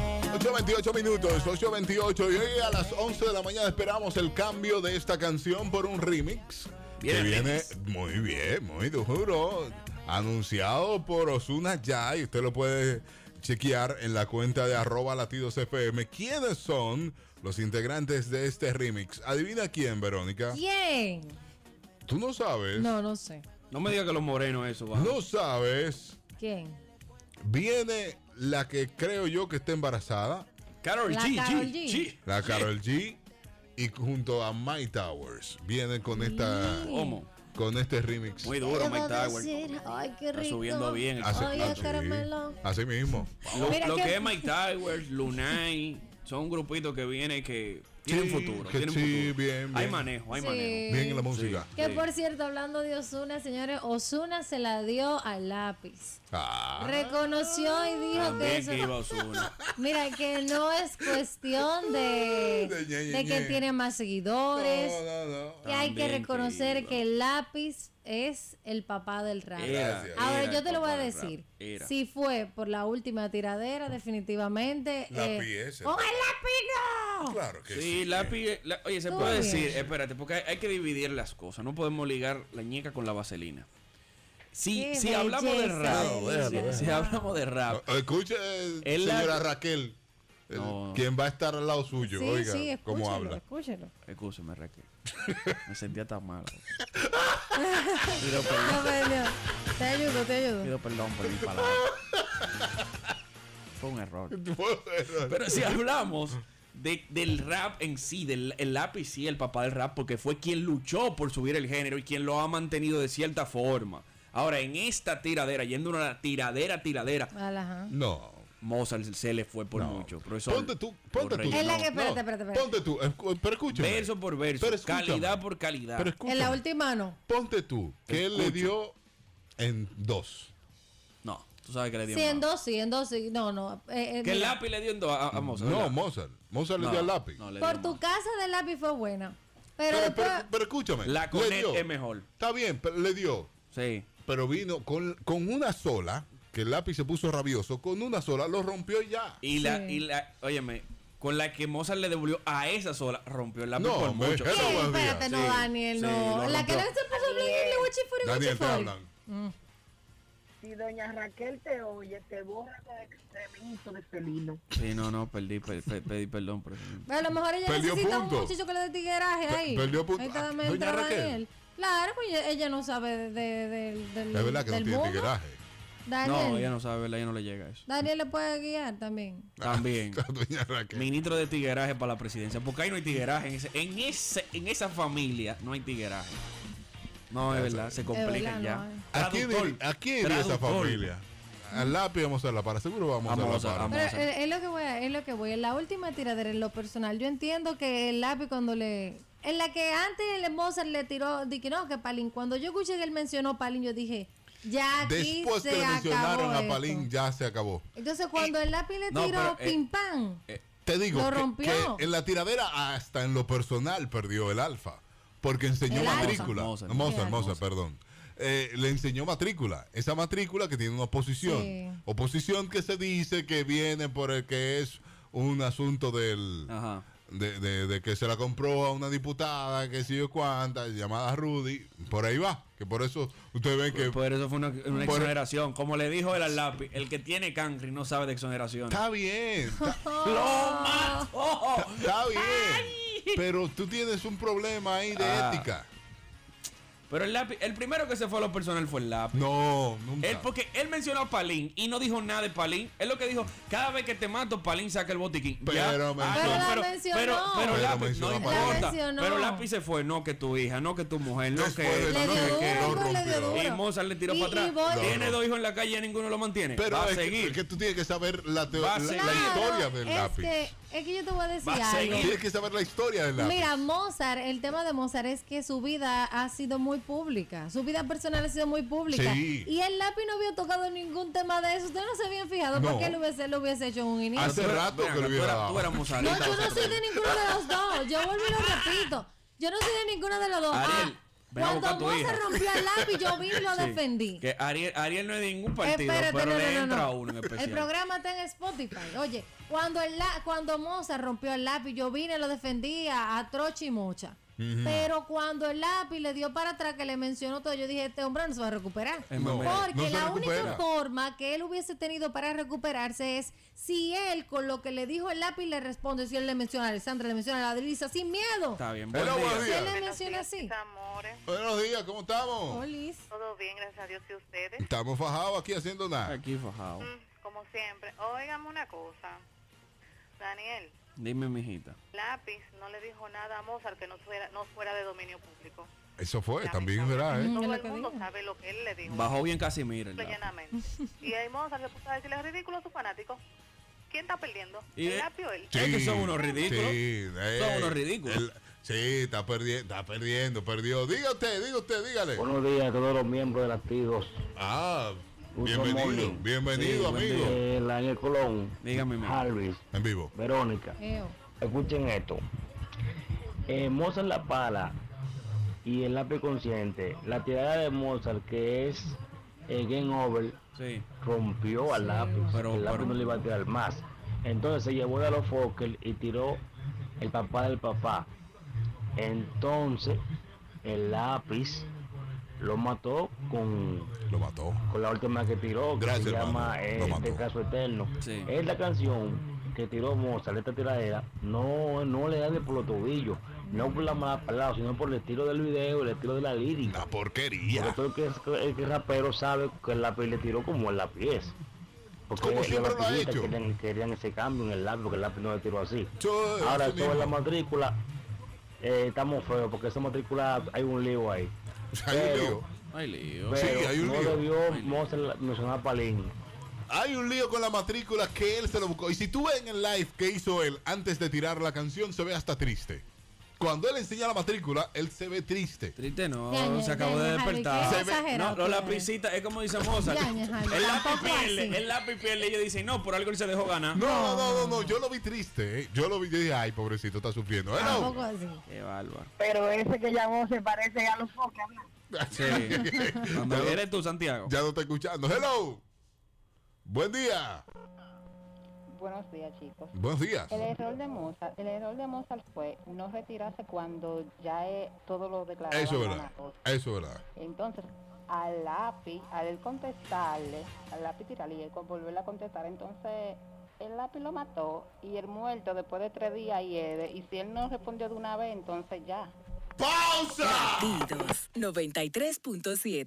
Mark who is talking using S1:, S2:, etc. S1: 8.28 minutos, 8.28 y hoy a las 11 de la mañana esperamos el cambio de esta canción por un remix.
S2: Viene
S1: que
S2: el
S1: viene
S2: remix.
S1: muy bien, muy duro. Anunciado por Osuna Ya y usted lo puede chequear en la cuenta de arroba latidos FM. ¿Quiénes son los integrantes de este remix? Adivina quién, Verónica.
S3: ¿Quién?
S1: Tú no sabes.
S3: No, no sé.
S2: No me diga que los morenos eso va.
S1: No sabes.
S3: ¿Quién?
S1: Viene la que creo yo que está embarazada.
S2: Carol
S3: La
S2: G,
S3: Karol
S2: G,
S3: G.
S2: G.
S1: La Carol G y junto a My Towers vienen con esta
S2: ¿Cómo?
S1: con este remix.
S2: Muy duro, Mike Tower.
S3: Ay, qué rico.
S2: Está subiendo bien.
S1: Así-
S3: Oye,
S1: así-
S3: caramelo.
S1: así mismo.
S2: Lo,
S3: Mira
S2: lo
S3: que-
S2: que es Mike Towers, Lunay, son un grupito que viene que tienen
S1: Sí,
S2: futuro.
S1: que
S2: tienen
S1: sí,
S2: futuro.
S1: bien,
S2: Hay
S1: bien.
S2: manejo, hay
S3: Sí.
S2: manejo.
S1: Bien en la música.
S3: Que
S2: Sí.
S3: por cierto, hablando de Osuna, señores, Osuna se la dio al lápiz.
S1: Ah,
S3: Reconoció y dijo que
S2: También
S3: eso.
S2: que iba
S3: no-
S2: Ozuna.
S3: Mira, que no es cuestión de,
S1: De ñe, ñe,
S3: de que
S1: ñe.
S3: tiene más seguidores.
S1: no, no, no.
S3: Que hay que
S2: También que
S3: reconocer
S2: iba. Eh,
S3: que el lápiz es el papá del rap.
S2: Era,
S1: Gracias.
S3: Ahora
S2: era
S3: yo te lo voy a
S2: papá del rap.
S3: decir.
S2: Era.
S3: Si fue por la última tiradera, definitivamente.
S1: La pieza.
S3: ¡Oh, el lápiz no!
S1: Claro que
S2: Sí,
S1: sí.
S2: la pibe- la- oye, se
S3: Todo
S2: puede
S3: bien.
S2: decir, espérate, porque hay, hay que dividir las cosas. No podemos ligar la ñeca con la vaselina. Si,
S3: Qué
S2: si hablamos de
S3: belleza,
S2: rap,
S3: Déjalo, déjalo,
S2: si-
S3: déjalo.
S2: si hablamos de rap,
S1: O- Escuche, eh,
S2: Es la-
S1: señora Raquel, el-
S2: No.
S1: quien va a estar al lado suyo,
S3: Sí,
S1: oiga,
S3: sí,
S1: cómo
S3: escúchelo,
S1: habla.
S3: escúchelo.
S2: Escúchame, Raquel. Me sentía tan mal.
S3: No, pero no. Te ayudo, te ayudo.
S2: Pido perdón por mi palabra. Fue un error. Pero si hablamos de- del rap en sí, del el lápiz sí, el papá del rap, porque fue quien luchó por subir el género y quien lo ha mantenido de cierta forma. Ahora, en esta tiradera, yendo a una tiradera, tiradera,
S3: Vale, ajá.
S1: No.
S2: Mozart se le fue por
S1: no.
S2: mucho. Profesor,
S1: Ponte tú, ponte
S2: por
S1: tú.
S2: rey.
S3: Es la
S1: no,
S3: que- espérate,
S1: no,
S3: espérate, espérate.
S1: Ponte tú, escu- pero escúchame.
S2: Verso por verso,
S1: Pero escúchame.
S2: calidad por calidad.
S1: Pero escúchame.
S3: En la última no.
S1: Ponte tú, que él le
S2: Escucha.
S1: dio en dos.
S2: no, tú sabes que le dio
S3: Sí, en
S2: más.
S3: dos sí, en dos sí. No, no. eh, eh,
S2: Que el
S3: mira,
S2: lápiz le dio en dos a, a Mozart.
S1: No,
S2: ¿verdad?
S1: Mozart. Mozart le dio al lápiz.
S2: no, le dio
S3: Por tu
S2: más.
S3: casa del lápiz fue buena. Pero,
S1: pero,
S3: después.
S1: pero- pero escúchame.
S2: La
S1: le
S2: Conet
S1: dio.
S2: es mejor.
S1: Está bien, pero le dio.
S2: Sí.
S1: Pero vino con, con una sola, que el lápiz se puso rabioso, con una sola lo rompió y ya.
S2: Y la,
S3: Sí.
S2: y la, óyeme, con la que Mozart le devolvió a esa sola, rompió el lápiz
S1: No,
S2: por
S1: hombre,
S2: mucho.
S1: ¿qué?
S3: Ey,
S1: buenos días.
S3: espérate, no,
S2: Sí,
S3: Daniel,
S2: sí,
S3: no.
S2: lo
S3: la que no
S2: rompió.
S3: se puso a hablarle, guachifuri,
S1: Daniel, te
S3: guachifuri.
S1: hablan.
S4: Si doña Raquel te oye, te borra con excremento de felino.
S2: Sí, no, no, perdí, per- per- pedí perdón. Por eso.
S3: Pero a lo mejor ella
S1: Perdió
S3: necesita
S1: punto.
S3: un muchacho que le dé tigueraje
S1: Pe-
S3: ahí.
S1: perdió punto.
S3: Ahí está,
S1: Ah,
S3: me
S1: doña
S3: entra
S1: Raquel.
S3: Daniel. Claro, pues ella, ella no sabe de, de, de- del.
S1: Es verdad que no
S3: del
S1: tiene
S3: mundo.
S1: tigueraje.
S3: Daniel.
S2: No, ella no sabe, ¿verdad? Ella no le llega a eso.
S3: Daniel le puede guiar también.
S1: Ah,
S2: También.
S1: Doña Raquel.
S2: Ministro de tigueraje para la presidencia. Porque ahí no hay tigueraje. En, ese- en, ese- en esa familia no hay tigueraje. No, es verdad, se complican
S3: verdad,
S2: ya.
S3: no hay.
S1: ¿A quién,
S2: Traductor,
S1: ir- ¿A quién iría esa
S2: traductor.
S1: familia? Al lápiz vamos a la para. Seguro vamos,
S2: Vamos
S1: a
S2: a-
S1: la para.
S2: vamos.
S3: Pero
S2: Mozart.
S3: eh, es lo que voy a, es lo que voy. En la última tiradera, en lo personal, yo entiendo que el lápiz cuando le. En la que antes el Mozart le tiró, dije, no, que Palín. Cuando yo escuché que él mencionó Palín, yo dije, ya aquí
S1: Después
S3: se
S1: que le mencionaron
S3: acabó
S1: a Palín,
S3: esto.
S1: ya se acabó.
S3: Entonces, cuando el lápiz le
S2: Eh, no,
S3: tiró,
S2: pero, eh,
S3: pim pam.
S2: Eh,
S1: Te digo
S3: Lo
S1: que-
S3: rompió.
S1: que en la tiradera hasta en lo personal perdió el alfa porque enseñó
S3: El Alfa.
S1: matrícula.
S2: Mozart,
S1: Mozart,
S3: Mozart.
S1: Mozart, perdón. Eh, le enseñó matrícula. Esa matrícula que tiene una oposición.
S3: Sí.
S1: Oposición que se dice que viene por el que es un asunto del...
S2: ajá.
S1: De, de- de que se la compró a una diputada, que sé yo cuánta, llamada Rudy, por ahí va, que por eso ustedes ven que
S2: Por eso fue una, una
S1: Por-
S2: exoneración. Como le dijo él al lápiz, el que tiene cancri no sabe de exoneración.
S1: está bien, está-
S2: ¡Oh!
S1: está bien, pero tú tienes un problema ahí de
S2: Ah.
S1: ética.
S2: Pero el lápiz, el primero que se fue a lo personal fue el lápiz.
S1: No, nunca.
S2: Él, porque él mencionó a Palín y no dijo nada de Palín. Es lo que dijo: cada vez que te mato, Palín saca el botiquín. Ya.
S1: Pero me-
S2: Ah,
S1: Pero
S2: no,
S1: la
S3: mencionó.
S2: pero, pero
S1: Pero
S2: lápiz,
S1: mencionó
S2: no
S1: a
S2: importa.
S1: Palín.
S3: La mencionó.
S2: Pero lápiz se fue: no que tu hija, no que tu mujer, no
S1: Después de
S2: que.
S1: la
S3: Le
S2: no
S3: dio
S2: que
S3: duro,
S2: qué.
S1: lo
S3: hombre, le dio
S1: rompió.
S3: duro.
S2: Y Mozart le tiró
S3: Y-
S2: para atrás.
S3: y voy-
S1: No,
S2: Tiene
S1: no.
S2: dos hijos en la calle y ninguno lo mantiene.
S1: Pero
S2: Va a
S1: es que-
S2: seguir.
S1: es que tú tienes que saber la, teo-
S2: Va a
S1: la- la
S2: seguir. este-
S1: historia del
S3: es
S1: lápiz.
S3: Que, es que yo te voy a decir
S2: Va a
S3: algo.
S2: seguir.
S1: Tienes que saber la historia del lápiz.
S3: Mira, Mozart, el tema de Mozart es que su vida ha sido muy pública. Su vida personal ha sido muy pública.
S1: Sí.
S3: Y el lápiz no había tocado ningún tema de eso. Ustedes no se habían fijado
S1: No.
S3: porque lo hubiese, lo hubiese hecho en un inicio.
S1: Hace
S2: Tú eras-
S1: rato
S2: ven
S1: que
S2: acá,
S1: lo
S2: tú
S1: hubiera
S2: eras-
S1: dado.
S2: tú eras Mozarita,
S3: No, yo no
S2: vosotros.
S3: soy de ninguno de los dos. Yo vuelvo y lo repito. Yo no soy de ninguno de los dos. Ah,
S2: Ariel, Ven a buscar
S3: Cuando
S2: a tu hija.
S3: Mozart rompió el lápiz, yo vine y lo
S2: Sí.
S3: defendí.
S2: Que Ariel, Ariel no es de ningún partido,
S3: Espérate,
S2: pero
S3: no,
S2: le
S3: no, no,
S2: entra
S3: no.
S2: a uno en especial.
S3: El programa está en Spotify. Oye, cuando, el la- cuando Mozart rompió el lápiz, yo vine y lo defendí a, a trocha y mocha. Pero cuando el lápiz le dio para atrás, que le mencionó todo, yo dije, este hombre no se va a recuperar.
S2: Es muy bueno.
S3: Porque
S1: No se
S3: la
S1: recupera.
S3: única forma que él hubiese tenido para recuperarse es si él con lo que le dijo el lápiz le responde, si él le menciona a Alessandra, le menciona a la Drisa, sin miedo.
S2: Está bien,
S1: Hello,
S2: buen
S1: buen
S2: día.
S1: día.
S3: Si él le
S5: Buenos
S3: menciona
S5: días,
S3: así.
S5: mis amores.
S1: Buenos días, ¿cómo estamos?
S3: Olis.
S5: Todo bien, gracias a Dios y ustedes.
S1: Estamos fajados aquí haciendo nada.
S2: Aquí fajado.
S5: Mm, Como siempre. Óigame una cosa. Daniel,
S2: Dime, mijita.
S5: Lápiz no le dijo nada a Mozart que no fuera, no fuera de dominio público.
S1: Eso fue, también es verdad, ¿eh?
S3: Mm, es
S5: Todo
S3: lo
S5: el
S3: que
S5: mundo
S3: digo.
S5: sabe lo que él le dijo.
S2: Bajó bien Casimiro. el
S5: simple y
S2: lápiz.
S5: llanamente. Y ahí Mozart le puso a decirle ridículo a su fanático. ¿Quién está perdiendo?
S2: Y de-
S5: ¿El lápiz o él?
S2: Es que son unos ridículos.
S1: sí,
S2: Son
S1: eh,
S2: unos ridículos.
S1: el- sí, está perdiendo, está perdiendo, perdió. Diga usted, diga usted, dígale.
S6: Buenos días a todos los miembros de Latidos.
S1: Ah,
S6: Uso
S1: bienvenido,
S6: móvil.
S1: bienvenido,
S2: Sí, buen
S1: amigo.
S2: día.
S6: Eh, Daniel Colón,
S2: Dígame, mi amor.
S6: Jarvis,
S1: En vivo.
S6: Verónica.
S3: Eo.
S6: Escuchen esto. Eh, Mozart la pala y el lápiz consciente. La tirada de Mozart que es eh, Game Over
S2: Sí.
S6: rompió al lápiz.
S2: Pero-
S6: el lápiz
S2: pero-
S6: no le iba a tirar más. Entonces se llevó de los Fokker y tiró el papá del papá. Entonces el lápiz lo mató con
S1: Lo mató.
S6: con la última que tiró, que
S1: Gracias,
S6: se
S1: hermano.
S6: llama eh,
S1: Lo
S6: Este
S1: mató.
S6: Caso Eterno.
S2: Sí.
S6: Es la canción que tiró Mozart, esta tiradera, no, no le da de por los tobillos, no por la mala palabra, sino por el estilo del video, el estilo de la lírica.
S1: La porquería.
S6: Porque todo el que, es- el que es rapero sabe que el lápiz le tiró como el lápiz es. Porque
S1: Como
S6: los
S1: siempre lo ha
S6: raperistas
S1: hecho.
S6: Querían, querían ese cambio en el lápiz, porque el lápiz no le tiró así.
S1: Yo, eh,
S6: Ahora,
S1: eso
S6: todo en la
S1: mismo.
S6: matrícula, eh, estamos feos, porque esa matrícula hay un lío ahí.
S1: Hay un
S6: Pero-
S1: lío.
S2: Ay, lío.
S1: Sí,
S6: Pero
S1: hay un
S6: no
S1: lío.
S6: debió Mozart mencionar a Palín.
S1: Hay un lío con la matrícula que él se lo buscó. Y si tú ves en el live que hizo él antes de tirar la canción, se ve hasta triste. Cuando él enseña la matrícula, él se ve triste.
S2: Triste no,
S3: Yaña,
S2: se acabó de
S3: yaña, Javi,
S2: despertar.
S3: qué
S1: Se ve-
S3: exagerado
S2: no, los
S3: tú eres.
S2: lapicitas, es como dice Mozart.
S3: Yaña, Javi,
S2: el lápiz
S3: tampoco
S2: pierde,
S3: así.
S2: el lápiz pierde. Ellos dicen, no, por algo él se dejó ganar.
S1: No, no, no, no, no, yo lo vi triste. ¿eh? Yo lo vi, yo dije, ay, pobrecito, está sufriendo. ¿Eh, no?
S3: Tampoco así.
S2: Qué bárbaro.
S4: Pero ese que llamó se parece a los focas. ¿no?
S2: Sí. Cuando
S1: Ya no-
S2: eres tú, Santiago.
S1: Ya no está escuchando. Hello. Buen día.
S7: Buenos días, chicos.
S1: Buenos días.
S7: El error de Mozart, el error de Mozart fue no retirarse cuando ya eh, todo lo declaraba
S1: Eso es verdad.
S7: ganador.
S1: Eso es verdad.
S7: Entonces, al lápiz, al él contestarle, al lápiz tirarle y él con- volverle a contestar, entonces el lápiz lo mató y el muerto después de tres días hiede. Y si él no respondió de una vez, entonces ya.
S1: ¡Pausa!
S8: Latidos 93.7